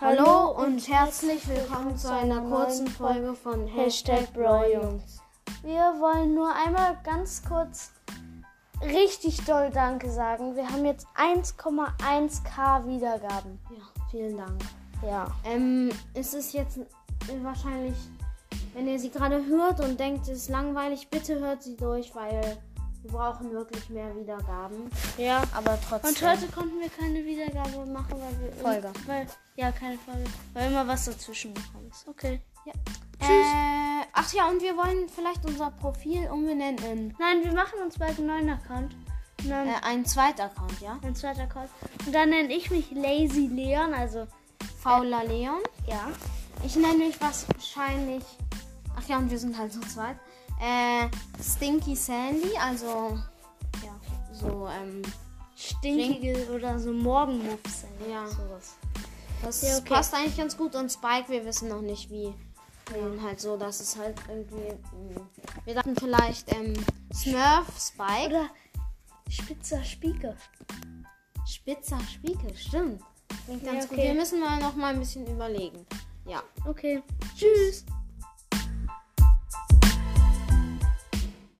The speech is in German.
Hallo und herzlich willkommen zu einer kurzen Folge von Hashtag Brojungs. Wir wollen nur einmal ganz kurz richtig doll Danke sagen. Wir haben jetzt 1,1k Wiedergaben. Ja, vielen Dank. Ja. Ähm, es ist jetzt wahrscheinlich, wenn ihr sie gerade hört und denkt, es ist langweilig, bitte hört sie durch, weil wir brauchen wirklich mehr Wiedergaben. Ja, aber Und trotzdem. heute konnten wir keine Wiedergabe machen, weil wir... Folge. Weil, ja, keine Folge. weil immer was dazwischen gekommen ist. Okay. Tschüss. Äh, ach ja, und wir wollen vielleicht unser Profil umbenennen in Nein, wir machen uns bald einen neuen Account. Und dann äh, einen Zweitaccount, ja? ein zweiter Account. Und dann nenne ich mich Lazy Leon, also Fauler Leon. ja. Ich nenne mich wahrscheinlich. Ach ja, und wir sind halt zu zweit. Äh, Stinky Sandy, also. Ja, so, ähm. Stinkige oder so Morgenmuffs. Ja. Sowas. Das Ja, okay. passt eigentlich ganz gut. Und Spike, wir wissen noch nicht wie. Und halt so, dass es halt irgendwie. mh. Wir dachten vielleicht, ähm, Smurf, Spike. Oder spitzer Spiegel. Spitzer Spiegel, stimmt. Klingt Ja, ganz gut. okay. Wir müssen mal noch mal ein bisschen überlegen. Ja. Okay. Tschüss.